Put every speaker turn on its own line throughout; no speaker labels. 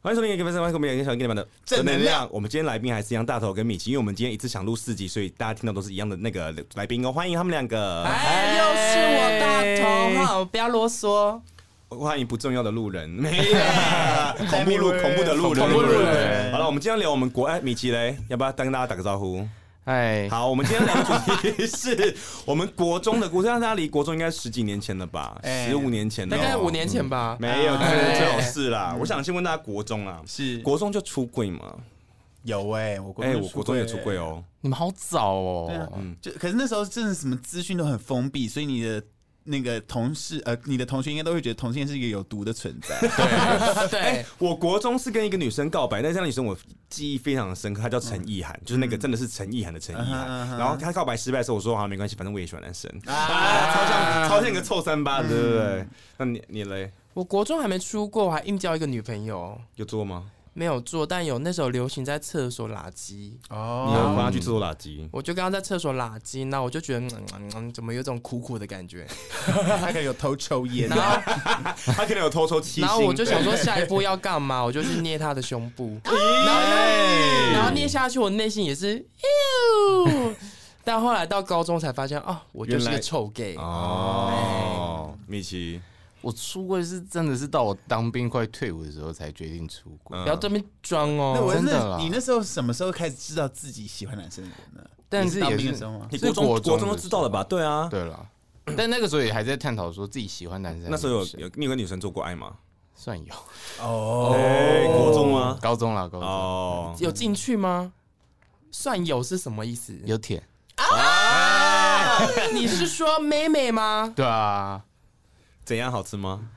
欢迎收听《给分享》，欢迎我们也想给你们的
正能量
我们今天来宾还是一样，大头跟米奇，因为我们今天一次想录四集，所以大家听到都是一样的那个来宾哦。欢迎他们两个，
哎，又是我大头哈，不要啰嗦。
欢迎不重要的路人，没有 恐怖路恐怖的路人，
恐怖路
人
好了，我们今天聊我们国哎，米奇嘞，要不要再跟大家打个招呼？
哎，
好，我们今天聊的主题是我们国中的故事，让大家离国中应该十几年前了吧，
哎
十五年前了
大
哦，
概五年前吧。
没有
哎
最好是啦。我想先问大家，国中啊，
是
国中就出柜吗？
有哎，我国
哎，
中
我国中也出柜。哦。
你们好早
对啊
哦，，
欸就可是那时候真的什么资讯都很封闭，所以你的那个同事呃，你的同学应该都会觉得同性恋是一个有毒的存在。
对，
我国中是跟一个女生告白，但是那女生我记忆非常深刻，她叫陈意涵，就是那个真的是陈意涵的陈意涵。
嗯嗯嗯嗯
然后她告白失败的时候，我说好、没关系，反正我也喜欢男生，
啊
啊、超像超像一个臭三八的，对不对？那你你嘞
我国中还没出过，我还硬交一个女朋友，
有做吗？
没有做，但有那时候流行在厕所拉鸡，
你
哦，
有帮她去厕所垃圾？
我就刚刚在厕所拉鸡，那我就觉得、嗯嗯嗯怎么有一种苦苦的感觉，
他可能有偷抽烟，
然后
她可能有偷抽七星。
然后我就想说下一步要干嘛，我就去捏她的胸部，然后
哎
然后捏下去，我内心也是，呦但后来到高中才发现啊，我就是
原
个
来
臭 gay。
哦，米奇，
我出柜是真的是到我当兵快退伍的时候才决定出
嗯
柜。
不要这边装
那
哦
我！
真的
那
啦
你那时候什么时候开始知道自己喜欢男生的呢？
但
你
是
当
也
兵的
是
时，候吗？
你
是
国中
国中
国中就知道了吧？对啊，
对了，但那个时候也还在探讨说自己喜欢男生还是
那时候
女
有
生，
有你有跟女生做过爱吗？
算有，
哎，
哦，
国中吗？
高中啦，高中
哦，
有进去吗？算有是什么意思？
有舔，
你是说妹妹吗？
对啊，
怎样好吃吗？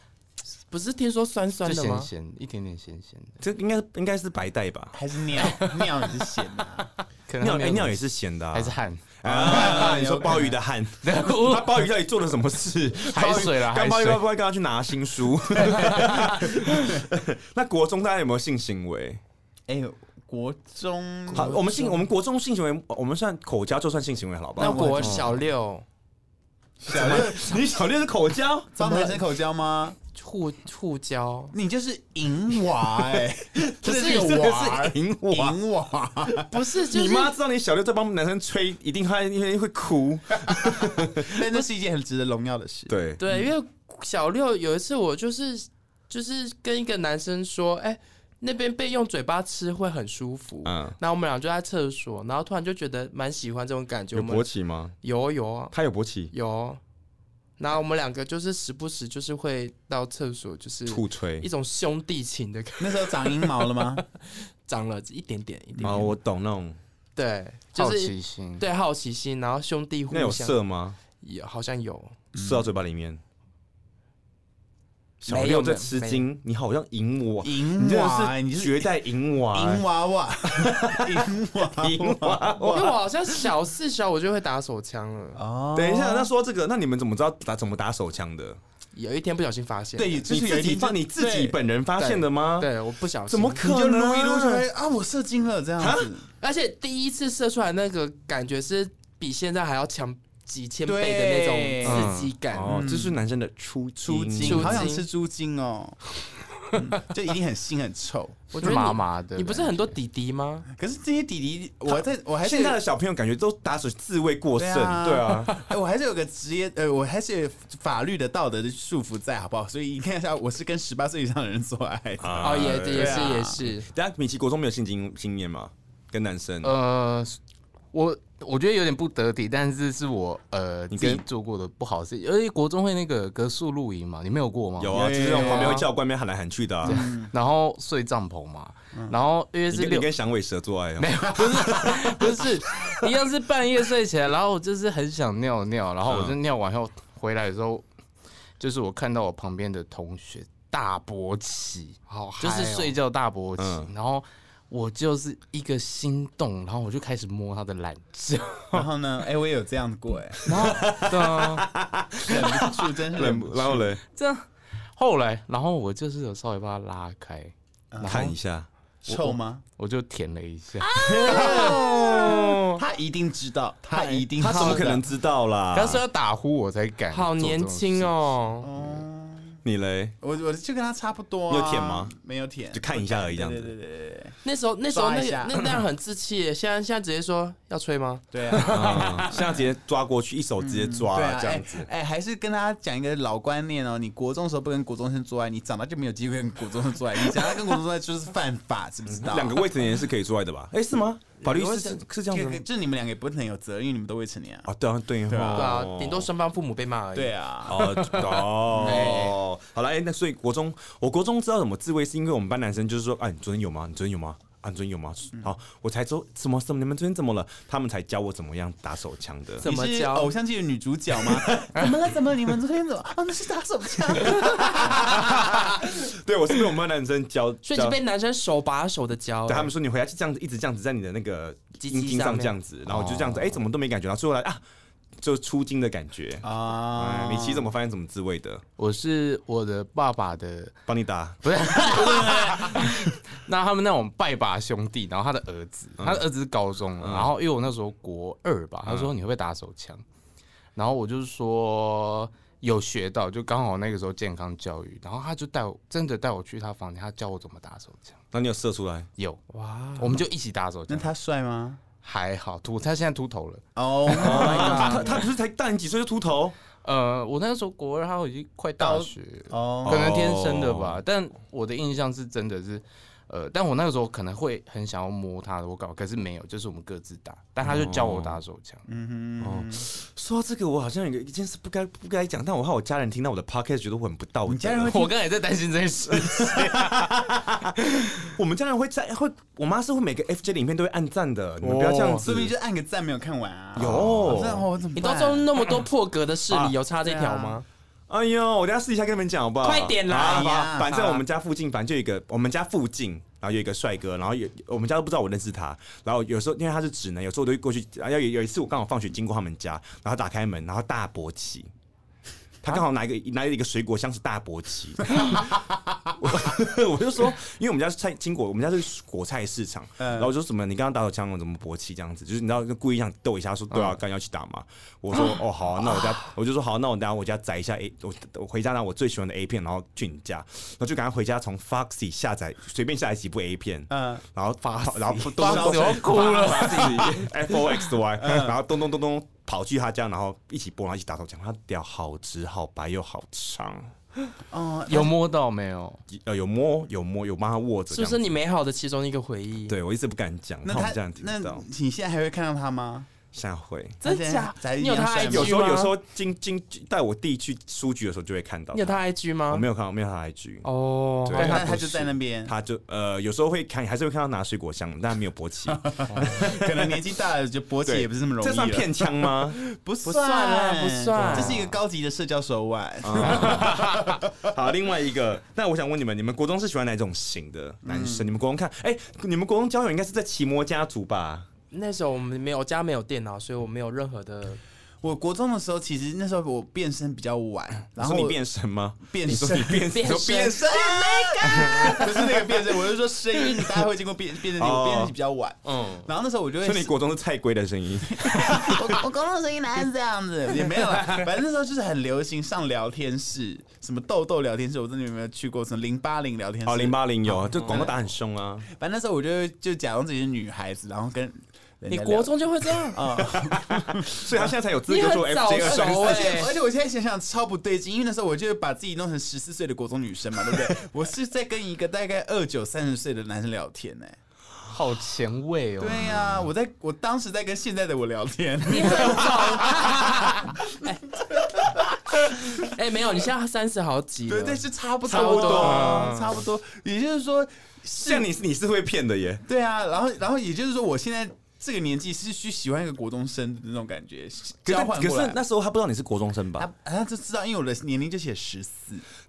不是听说酸酸
就
的
咸
吗？
咸一点点咸咸的，
这应该应该是白带吧？
还是尿尿你是咸的 啊，
可能
尿
还没
哎
有
尿也是咸的啊，
还是汗，
啊，你说
有可能
鲍鱼的汗，他鲍鱼到底做了什么事？
海水啦
干鲍
海
鱼
水
会不会跟他去拿新书？ 那国中大家有没有性行为？
哎，国中
好，我们性我们国中性行为，我们算口交就算性行为，好吧？
那我小
哦
六
小六
你小六是口交，
帮男生口交吗？
互互交，
你就是淫娃哎、欸，
这
真的
是
是
真
个
的
娃
是
儿，
淫娃。
淫娃。
不是就
你
是
妈知道你小六在帮男生吹，一定她因为会哭。
但这是一件很值得荣耀的事。，
对，
对，因为小六有一次我就是就是跟一个男生说，哎、那边被用嘴巴吃会很舒服。
嗯，
然后我们俩就在厕所，然后突然就觉得蛮喜欢这种感觉。
有
我
勃
们
起吗？
有有啊
他有勃起，
有，然后我们两个就是时不时就是会到厕所，就是
吐吹
一。种兄弟情的感
那时候长阴毛了 吗？
长了一点点一点
哦，
点，
我懂那种。
对，就
好
是
奇心，
对好奇心，然后兄弟互
那有
相
射吗？
有好 像有，
射到嘴巴里面。小
没
六
有
在
没
吃
没有
惊，你好像赢我，
淫
你真
娃欸，
的
你
是
就是
绝代赢娃欸，
淫娃 娃，淫娃
赢啊娃。
因为我好像小四小我就会打手枪了，
哦
等一下，那说这个，那你们怎么知道打怎么打手枪的？
有一天不小心发现，
对，就是
你
有
自
一
己
天
发，
就
你自己
对
本人发现的吗？
对，我不小心，
怎么
你
可
就
能？
撸一撸就会啊，我射精了这样子。
而且第一次射出来那个感觉是比现在还要强几千倍的那种刺激感。
哦，这是男生的初
猪
猪
精，
精
好想吃猪精 哦。嗯就一定很腥很臭，
哦
我觉得
是麻
你
麻的。
你不是很多弟弟吗？
可是这些弟弟，我在我还是
现在的小朋友感觉都打手自卫过剩，
对啊
对啊，
哎，我还是有个职业，呃，我还是有法律的道德的束缚在，好不好？所以你看一下，我是跟十八岁以上的人做爱的。
哦，也也
对
是
啊
也是，
等一下米奇国中没有性经经验吗？跟男生，
呃，我我觉得有点不得体，但是是我呃
你
自
跟
己做过的不好事，而且国中会那个格数露营嘛，你没有过吗？
有啊，
有
就是那种
有
旁边
啊
会叫，外面喊来喊去的啊。
然后睡帐篷嘛，
嗯
然后因为
你
是
跟你
六，
跟响尾蛇做爱哦，
不是一样是半夜睡起来，然后我就是很想尿尿，然后我就尿完后回来的时候，就是我看到我旁边的同学大勃起，
好嗨
就
哦
是睡觉大勃起，
嗯
然后我就是一个心动，然后我就开始摸他的懒觉，
然后呢，哎，我也有这样过，哎，
然后对啊，
忍不住，真是忍不
然
住。
然后嘞，
这样后来，然后我就是有稍微把他拉开，然后
看一下，
臭吗？
我就舔了一
啊
下，
他一定知道，他一定知道
他怎么可能知道啦？
但是要打呼我才敢，
好年轻。哦！
哦，
你 嘞？
我我就跟他差不多、啊。
你有舔吗？
没有舔，
就看一下而已这样
对
子
对对对对
那时候那时候那
抓一
个
下
那那样很稚气耶，现在现在直接说要吹吗？
对 啊！
啊，现在直接抓过去，一手直接
嗯
抓
对啊，
这样子。
哎、哎还是跟他讲一个老观念哦，你国中的时候不跟国中生做爱，你长大就没有机会跟国中生做爱，你长大跟国中生做爱就是犯法，知不
哎
知道？
两个未成年是可以做爱的吧？哎，是吗？法律是是这样子吗？
就是你们两个也不能有责任，因为你们都未成年啊。
啊，对啊，对
对啊
对啊
哦，
顶多双方父母被骂而已。
对啊，
哦哦，好了，哎、那所以国中，我国中知道怎么自慰，是因为我们班男生就是说，哎、你昨天有吗？你昨天有吗？啊，你昨天有吗？
嗯
好，我才说什么什么，你们昨天怎么了？他们才教我怎么样打手枪的。
怎么
你是
教
偶像剧的女主角 吗？怎么了？怎么了你们昨天怎么？啊，那是打手枪。
对，我是被我们班男生教，
所以你
教
被男生手把手的教
对他们说，你回家就这样子，一直这样子在你的那个
鸡
阴
鸡
茎
上
上
面
这样子，然后我就这样
哦
子，哎、怎么都没感觉到，最后来啊，就出精的感觉。
啊
哎，米奇怎么发现怎么自慰的？
我是我的爸爸的，
帮你打，
不是，那他们那种拜把兄弟，然后他的儿子，他的儿子是高中了，
嗯
然后因为我那时候国二吧，他说你会不会打手枪？然后我就说有学到，就刚好那个时候健康教育，然后他就带我真的带我去他房间，他教我怎么打手枪，
那你有射出来？
有，
哇，
我们就一起打手
那
枪，
他帅吗
还好秃，他现在秃头了。
？Oh my
他
god！
他不是才大你几岁就秃头？
呃，我那时候国二，他已经快大学了，
哦，
可能天生的吧。但我的印象是真的是，呃，但我那个时候可能会很想要摸他的，我搞，可是没有，就是我们各自打，但他就教我打手枪。
嗯
哦，说到这个，我好像有一个一件事不该不该讲，但我怕我家人听到我的 podcast 觉得我很不道德。
你家人会
我刚才也在担心这件事，
我们家人会在会，我妈是会每个 FJ 里面都会按赞的，你们不要这样
哼，
子。
嗯说明就按个赞没有看完啊。
哦有
哦那我怎么
你
办
都
啊？
中那么多破格的事，你有差这条吗？
哎呦，我等一下私底下跟你们讲好不好？
快点啦
好好
哎
好
呀
反正我们家附近，反正就有一个我们家附近，然后有一个帅哥，然后有我们家都不知道我认识他，然后有时候因为他是直男，有时候我都会过去。然后有有一次我刚好放学经过他们家，然后打开门，然后大勃起。他刚好拿一个拿了一个水果箱是大勃起， 我我就说，因为我们家是菜经过，我们家是果菜市场，
嗯
然后我就说什么你刚刚打手枪，我怎么勃起这样子，就是你知道就故意想逗一下，说对啊，刚要去打嘛，我 说哦好啊、那我家我就说好，那我等下我家载一下 A，我我回家拿我最喜欢的 A 片，然后去你家，然后就赶快回家从 Foxy 下载随便下载几部 A 片，
嗯，
然后发然后
我
咚咚
要
咚
哭了。 嗯
F O X Y，然后咚咚咚咚跑去他家，然后一起播，然后一起打手枪，他屌好直好白又好长，
哦，
有摸到没有？
呃有摸有摸有帮他握着，
是不是？你美好的其中一个回忆？，
对我一直不敢讲，
那
怕我
他
们这样听
那
到，
你现在还会看到他吗？
下回。
真假
他现在？
你有他
宅一样帅
IG
吗
吗？
有时候有时候经经带我弟去书局的时候就会看到哦
你有，他 IG
我
吗
没？有看到没有他 IG，
哦，
对
但
他
他
不
他就在
是
那边，
他就呃有时候会看，还是会看到拿水果箱，但他没有勃 起，
可能年纪大了，就勃起
对
也不是那么容易
这
了。
算骗枪 吗？
不
不算啊不算
这是一个高级的社交手腕。
啊好，另外一个，那我想问你们，你们国中是喜欢哪种型的男
嗯
生？你们国中看，哎、你们国中交友应该是在奇摩家族吧？
那时候我们没有我家没有电脑，所以我没有任何的
我国中的时候，其实那时候我变身比较晚，然后
你说
我
你变身吗？
变
你说 你
身。
变身
变身
变身，
不是那个变身，我是说声音，大家会经过变变身，
哦
我变身比较晚。
嗯，
然后那时候我就会
所以你国中是菜龟的声音，
我我高中的声音哪是这样子， 也没有啦。反正那时候就是很流行上聊天室，什么豆豆聊天室，我真的有没有去过？什么零八零聊天室？
哦，零八零有，就广告打很凶啊。
反正那时候我就就假装自己是女孩子，然后跟人家
你
聊，
国中就会这样
啊，
所以他现在才有资格做
你很早
FJ 二十
熟啊
二
哎而
对
且而且我现在想想超不对劲，因为那时候我就把自己弄成十四岁的国中女生嘛，对不对？我是在跟一个大概二九三十岁的男生聊天呢、
好前卫哦。
对
啊
呀、我在我当时在跟现在的我聊天，
你很早。哎，没有，你现在三十好 几
对，
了
但。是差不多，
差不
多
差不多。也就是说，是
像你是你是会骗的耶。
对啊，然后然后也就是说，我现在这个年纪是去喜欢一个国中生的那种感觉，
可
交
是
换
可
过来
是。那时候他不知道你是国中生吧？
他他就知道，因为我的年龄就写十四，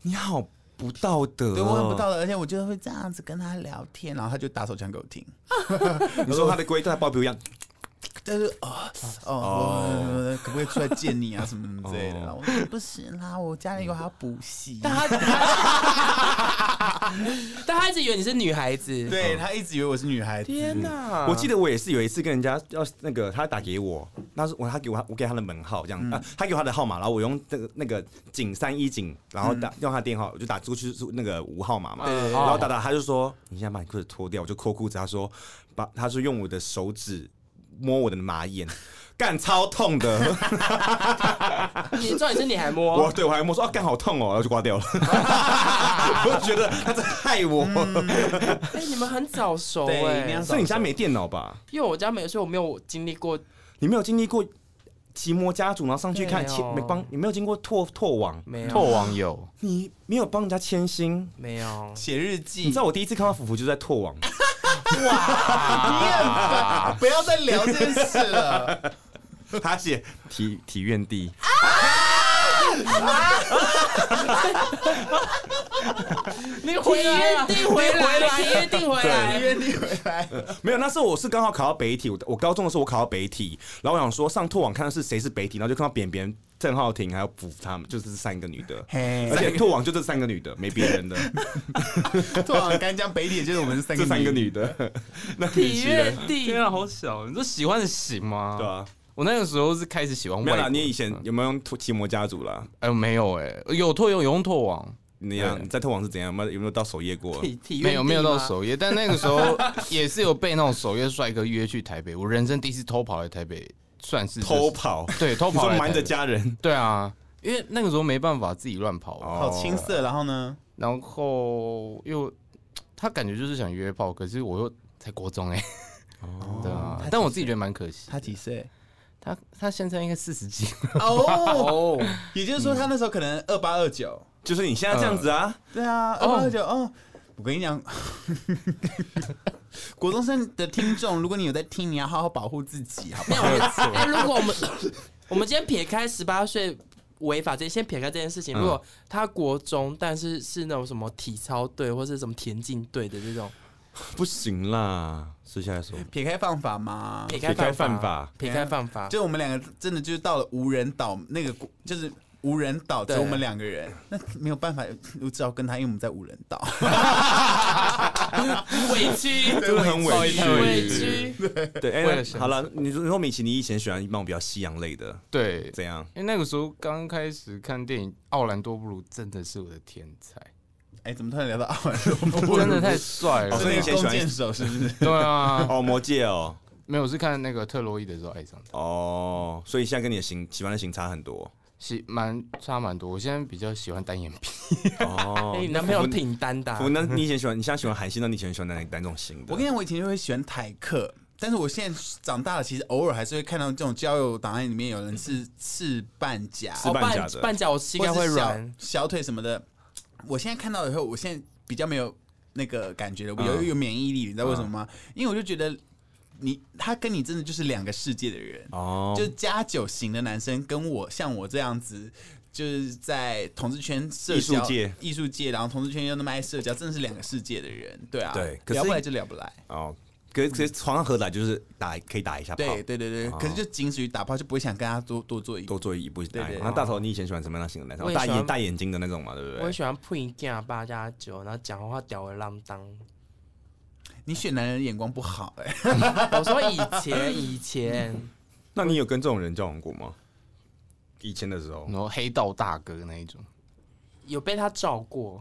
你好不道德、哦，
对我很不道德，而且我就会这样子跟他聊天，然后他就打手枪给我听，
德。你说他的龟跟他包皮一样，
就是哦哦，我可不可以出来见你啊，什么什么之类的。
哦
然后我说不行啦，我家里有还要补习。
嗯
但他， 他但他一直以为你是女孩子。，
对他一直以为我是女孩子，
天哪！
嗯我记得我也是有一次跟人家要那个，他打给我，那是我他给我我给他的门号这样，
嗯
啊他给我他的号码，然后我用那个那个井三一井，然
嗯
后打用他的电话，我就打出去是那个五号码嘛，
对
哦
然后打打他就说你现在把你裤子脱掉，我就脱裤子，他说把他说用我的手指摸我的马眼，干超痛的，
你重点是你还
我
摸，
对我还摸说啊干好痛哦，然后就挂 掉了，我就觉得他在害我，
哎，你们很早熟
对你
哎
要，
所以你家没电脑吧？
因为我家没有，所以我没有经历过
你没有经历过奇摩家族，然后上去看
对哦
签，没帮你没有经过拓拓网，
没有
拓网友，
你没有帮人家签心。
没有，
写日记，
啊你知道我第一次看到福福就是在拓 网，
啊 不要再聊这件事了。
他 写体体院地，
你回来，你约定回来，你约定回
你
来，
愿意回 来？
没有，那时候我是刚好考到北体，我我高中的时候我考到北体，然后我想说上拓网看的是谁是北体，然后就看到扁扁、郑浩婷还有福福他们，就是这三个女的，
嘿
而且拓网就 这三个女的，没别 人的，
突然干将北铁就是我们三
这
个
三个女的，那很奇人，
地
天啊，好小！你说喜欢的型吗？
对啊，
我那个时候是开始喜欢
没有啦，
外
你
国，
以前有没有用拓奇摩家族啦？
呃，没有哎，有拓有有用拓网，
你呀，
对
你在拓网是怎样？有没有有没有到首页过？
体体
没有没有到
手，
首页，但那个时候也是有被那种首页帅哥约去台北，我人生第一次偷跑来台北，算是
偷，跑，
对，偷
你
跑
说
来
瞒着
台北，
家 人，
对啊，因为那个时候没办法自己乱跑啊，
哦
好青涩。然后呢？
然后又他感觉就是想约炮，可是我又才国中哎，
哦
对啊
他，
但我自己觉得蛮可惜，
他几岁？
他他现在应该四十 几，
哦，
哦，
也就是说他那时候可能二八二九。
就是你现在这样子啊，
对啊，二
哦
八二九哦。我跟你讲， 国中生的听众，如果你有在听，你要好好保护自己，好不
没有，
好？
我们哎，如果我们我们今天撇开十八岁违法这，先撇开这件事情，
嗯
如果他国中，但是是那种什么体操队或是什么田径队的这种，
不行啦，私下来说，
撇开放法嘛，
撇
撇开
犯
犯，法，
撇开犯法，
啊就我们两个真的就是到了无人岛那个，就是无人岛，只有
对
我们两个人，那没有办法，我只好跟他，因为我们在无人岛。
委屈，
真的很委屈。
委屈，
对，哎、
为了
那
生
好了，你说你说米奇，你以前喜欢那种比较西洋类的，
对，
怎样？
因为那个时候刚开始看电影，奥兰多布鲁真的是我的天才，
哎，怎么突然聊到澳门？我
真的太帅了
哦。
是
所以你
那个
先喜
弓
欢
箭手是不 是？
对啊，
哦，魔戒哦，
没有是看那个特洛伊的时候爱上他，
哦，所以现在跟你的型喜欢的型差很多。
喜蛮差蛮多。我现在比较喜欢单眼皮，
哦
哎，，你男朋友挺担的啊
我，那你以前喜欢，你现在喜欢韩系，那你以前喜欢哪哪种型的？
我跟你讲，我以前就会喜欢台客，但是我现在长大了，其实偶尔还是会看到这种交友档案里面有人是赤半甲，哦
是半甲的
哦半甲我膝
或
盖
是
会
小
软，
小腿什么的。我现在看到以后，我现在比较没有那个感觉了，我有
嗯
有免疫力，你知道为什么吗？因为我就觉得你他跟你真的就是两个世界的人，
哦，
就是加九型的男生跟我像我这样子。就是在同志圈社
艺术
交
界
艺术界，然后同志圈又那么爱社交，真的是两个世界的人，对啊，
对可是
聊不来就聊不来。
哦，可是可是床上合来就是打可以打一下炮，
对对对对，
哦
可是就仅止于打炮，就不会想跟他多多做一
多做一步打
对
一
对
炮。那大头，你以前喜欢什么样的型的男
哦我
生？
也
大
喜欢
眼大眼睛的那种嘛，对不
我
对
很？喜欢碰一件八加九，然后讲话吊儿郎当。
你选男人眼光不好哎、
我说以前以前，
那你有跟这种人交往过吗？以前的时候
然，后黑道大哥那一种，
有被他照过，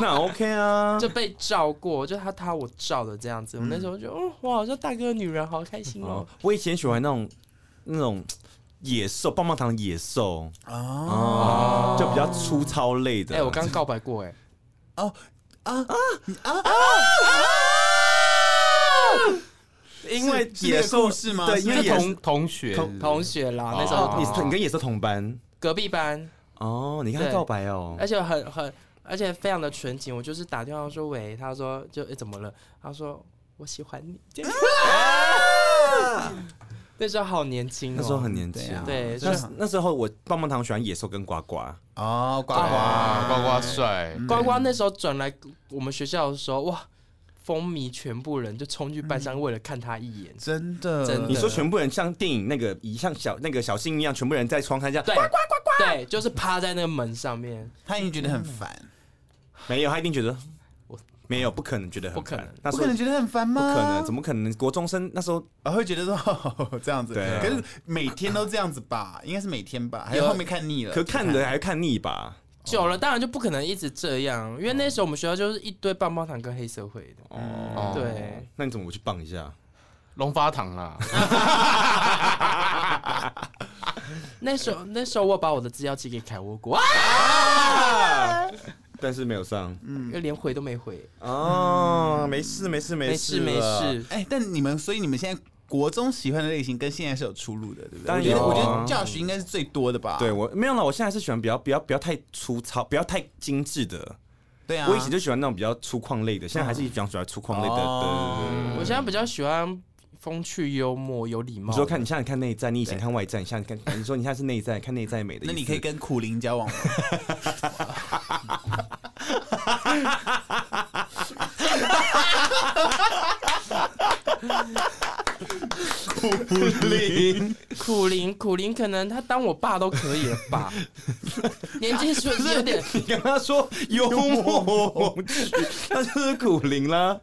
那 OK 啊，
就被照过，就他他我照的这样子。我那时候就，哦，哇，好像大哥的女人，好开心哦
哦。，我以前喜欢那种那种野兽，棒棒糖野兽哦，就比较粗糙类的。
哎，我刚告白过，哎，
哦啊
因为
是是那
野
个
兽
故事吗
对，
是
因
那
为
就
个
野
同
兽
同学
同
同学啦，那时
哦
候
你你跟野兽同班
隔壁班，
哦，你跟他
对哎
告白哦
而，且很很，而且非常的纯情。我就是打电话说喂，他说就、哎诶怎么了？他说我喜欢你。 这样那时候好年轻、哦，
那时候很年
对
轻
啊。
对
那
真的
时
很
那时候我棒棒糖喜欢野兽跟呱呱，
哦，呱
哇，呱呱啊帅，
呱呱那时候转来我们学校的时候，哇，风靡全部人，就冲去班
嗯
上为了看他一眼。
真的
真的
你说全部人像电影那个一像小那个小幸运一样，全部人在窗台下，
对，呱呱呱，对，就是趴在那个门上面。
他已经觉得很烦，
没有他一定觉得没有，不可能觉得很
不可
烦
能
那
不
时
可
候
能觉得很烦
不
吗？
可能，怎么可能？国中生那时候
啊，会觉得说、哦、这样子，
对啊
可是每天都这样子吧，应该是每天吧，还是
有
后面看腻了？
可看的还看腻吧？
久了当然就不可能一直这样，因为那时候我们学校就是一堆棒棒糖跟黑社会的，
哦，
对，
那你怎么不去棒一下？
龙发堂啦，
那时候那时候我把我的资料寄给凯沃国，啊，啊
但是没有上
又连回都没回，
哦，没事没事
没
事
事没
了。
事，
哎、但你们，所以你们现在国中喜欢的类型跟现在是有出入的，对不对？
当
我
然
觉得，
有
我觉
啊
得教学应该是最多的吧？
对我没有了，我现在是喜欢比较比较比较太粗糙、比较太精致的。
对啊，
我以前就喜欢那种比较粗犷类的，现在还是比较喜欢粗犷类的。
哦
对对对对对。
我现在比较喜欢风趣幽默、有礼貌
你
的。
说看，你现在看内在，你以前看外在，你现在看，你说你现在是内在，看内在美的意
那
思。
你可以跟苦灵交往吗？苦灵，
苦林，苦林可能他当我爸都可以了 吧？年纪是不是有点？
你刚刚说幽默，那就是苦灵啦。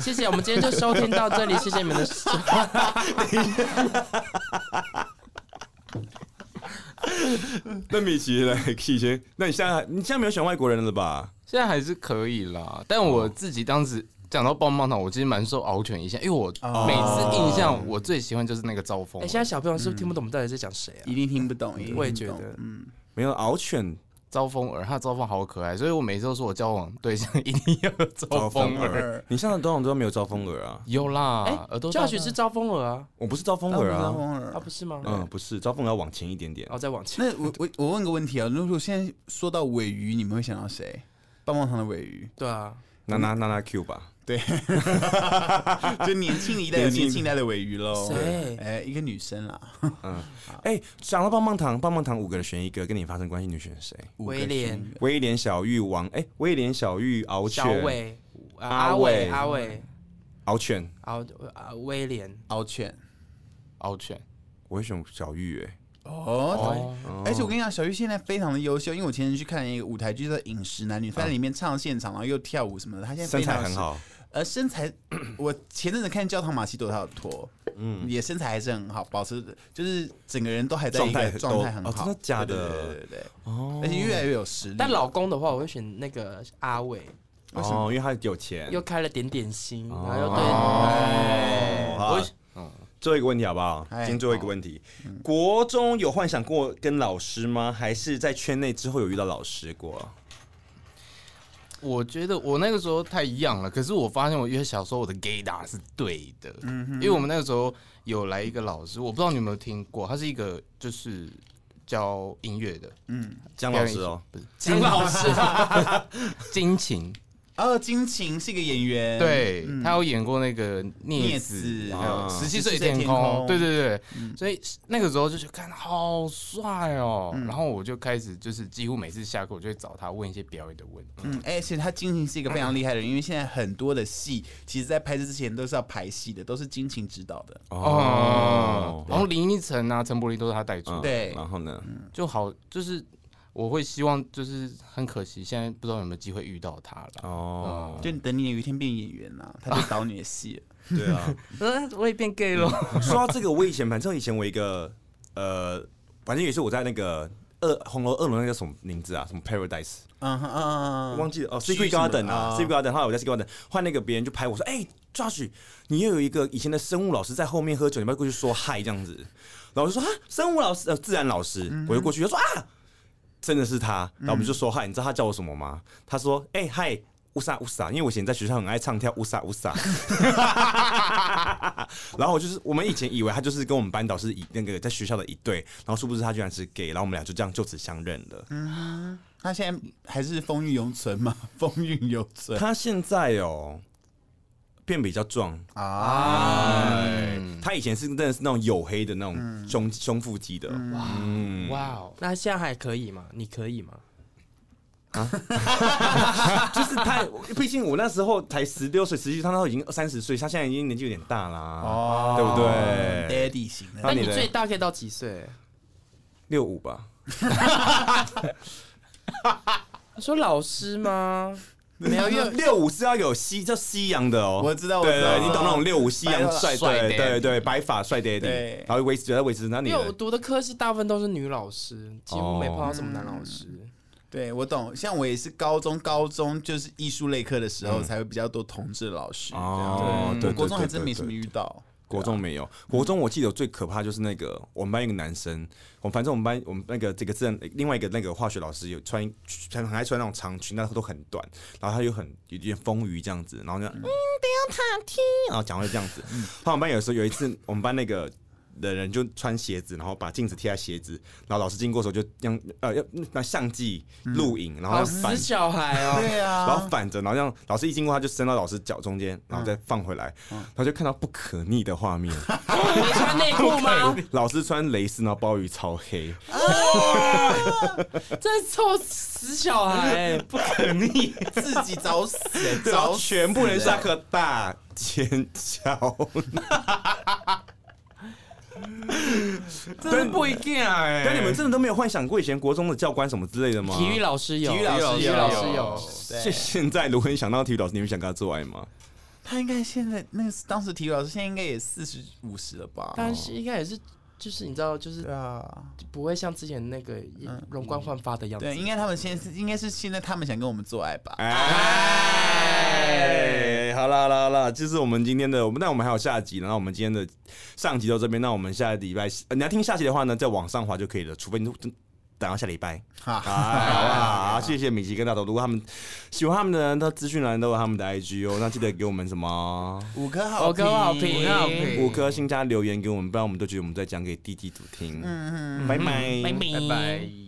谢谢，我们今天就收听到这里，谢谢你们的收。
那米奇来，以前，那你现在你现在没有选外国人了吧？
现在还是可以啦。但我自己当时讲到棒棒糖，我其实蛮受敖犬影响，因为我
哦
每次印象我最喜欢就是那个招风
哎，现在小朋友是不是听不懂我们到底在讲谁啊？
一定听不懂，一定听不懂
我也觉得
嗯，
没有獒犬
招风耳，他的招风好可爱，所以我每次都说我交往对象一定要有招风耳。
耳，
你上次多少都没有招风耳啊？
有啦，
哎
耳朵
教
大大
学是招风耳啊，
我不是招风
当
耳
然
啊，
耳
啊不是吗？哦
嗯，不是招风耳要往前一点点
然后。再往前，
那我我我问个问题啊，如果现在说到尾鱼，你们会想到谁？棒棒糖的尾鱼，
对啊，
那那那那 Q 吧，
就年轻一代有年轻一代的尾鱼喽。
谁
哎，一个女生啦，
嗯，哎，讲到棒棒糖，棒棒糖五个人选一个，跟你发生关系，你选谁？
五个
威廉
选一个
威廉、小玉、王，哎，威廉、小玉、獒
小
犬、
伟、啊
阿
阿伟、
伟
阿伟、
獒犬，
阿啊威廉，
敖犬。
敖犬
我会选小玉，哎，
哦，
哦，
而且我跟你讲，小玉现在非常的优秀，因为我前天去看了一个舞台剧叫《饮食男女》，她在里面唱现场，然后又跳舞什么的，她现在
身
非常
材很，好，
呃，身材 我前阵子看教堂马西多，她有脱，嗯，也身材还是很好，保持就是整个人都还在一
状态都
个状态很好，
哦真的假
对
的
对对对对，哦，而且越来越有实力，
但老公的话，我会选那个阿伟，
哦，因为他有钱。
又开了点点心，然
哦
后又对，
好啊
我
最后一个问题好不好？
哎嗯
今天最后一个问题，国中有幻想过跟老师吗？还是在圈内之后有遇到老师过？
我觉得我那个时候太样了，可是我发现我越小时候我的 gay 打是对的，
嗯
因为我们那个时候有来一个老师，我不知道你有没有听过，他是一个就是教音乐 的
嗯
姜老师哦，，
不是
金老 师，
金琴，
哦，金琴是一个演员，
对
嗯
他有演过那个孽
孽
子
子，
还有
啊
十七岁
17岁
天
天
空嗯
空，
对对对，所以那个时候就觉得看好帅哦，然后我就开始就是几乎每次下课我就会找他问一些表演的问题，
嗯，哎而且他金琴是一个非常厉害的人，因为现在很多的戏，其实在拍摄之前都是要排戏的，都是金琴指导的。
哦
哦，，
然后林依晨啊、陈柏霖都是他带出
嗯
的。
对
然后呢？
就好，就是我会希望，就是很可惜，现在不知道有没有机会遇到他了。
哦，
就等你有一天变演员啊，他就导你 的戏。
对啊。
呃我也变 gay 了。
哦
说到这个，我以前反正以前我一个呃，反正也是我在那个二红楼二楼那个叫什么名字啊？什么 Paradise，
嗯哼嗯
我
嗯，
忘记了哦
区
，Secret
什么
Garden 啊
啊
，Secret Garden。后来我在 Secret Garden 换那个别人就拍我说，哎，Josh，你又有一个以前的生物老师在后面喝酒，你不要过去说嗨这样子。然后我就说啊，生物老师呃，自然老师，我就过去就说啊，真的是他。然后我们就说嗨，你知道他叫我什么吗？他说哎嗨。乌萨乌萨，因为我以前在学校很爱唱跳乌萨乌萨， 然后我就是我们以前以为他就是跟我们班导师一那个在学校的一对，然后殊不知他居然是 gay，然后我们俩就这样就此相认了。
他现在还是风韵犹存嘛， 风韵犹 存
他现在哦变比较壮，哎
啊。
嗯
他以前是真的是那种黝黑的那
嗯
种胸、胸腹肌的，
哇哦，
那现在还可以吗？你可以吗？
就是他，毕竟我那时候才十六岁，实际上他都已经三十岁，他现在已经年纪有点大啦，
哦
对不对？啊
？Daddy 型
那
那
的，
你
你
的
最大可以到几岁？
六五吧，
他说老师吗？没有，因为
六五是要有西叫西洋的哦，
我知道我
对
知
对
道
对，你懂那种六五西洋帅，
帅
对
爹
对对，白发帅爹
对
地，然后维持觉得维持那你
因为我
的
读的科系大部分都是女老师，几乎没碰到什么男老师。
对我懂，像我也是高中，高中就是艺术类课的时候才会比较多同志老师。
嗯哦，对，
我
对
国中还
对
真
对
没什么
对
遇到。
国中没有，国中我记得最可怕就是那个我们班一个男生，我们反正我们班我们那个这个自然另外一个那个化学老师有穿穿很爱穿那种长裙，但是都很短，然后他又很有点丰腴这样子，然后就嗯，不要塔踢，然后讲话就这样子。然后我们班有时候有一次，我们班那个。的人就穿鞋子，然后把镜子贴在鞋子，然后老师经过的时候就用呃要拿相机录影，然后
好
要
死
反
小孩哦！
对啊，
然后反着，然后这样老师一经过，他就伸到老师脚中间，然后再放回来，然后就看到不可逆的画面。
没穿内裤吗？
老师穿蕾丝，然后包鱼超 黑，
真是臭死小孩、欸！
不可逆，
自己找死，欸
然后
找
啊
死
全部人下课大尖叫。
真是不一定哎、
但你们真的都没有幻想过以前国中的教官什么之类的吗？
体育老师有，
体育老师
体育
有
老师
有
有，
现
对，
现在如果你想到体育老师，你们想跟他做爱吗？
他应该现在那个当时体育老师现在应该也四十五十了吧？
但是应该也是，就是你知道，就是
对啊，嗯
不会像之前那个容光焕发的样子。
对，应该他们现在是应该是现在他们想跟我们做爱吧？
哎
哎，好啦好啦好啦，这是我们今天的，我们但我们还有下集，然后我们今天的上集到这边，那我们下礼拜、呃你要听下集的话呢，再往上滑就可以了，除非你等到下礼拜。
哈
好，哎好不好？好谢谢米奇跟大头。如果他们喜欢他们的人，到资讯栏都有他们的 IG 哦。那记得给我们什么
五颗好，
我跟好评，
好评
五颗星加留言给我们，不然我们都觉得我们在讲给弟弟组听。
嗯嗯。
拜拜，
拜拜
拜拜。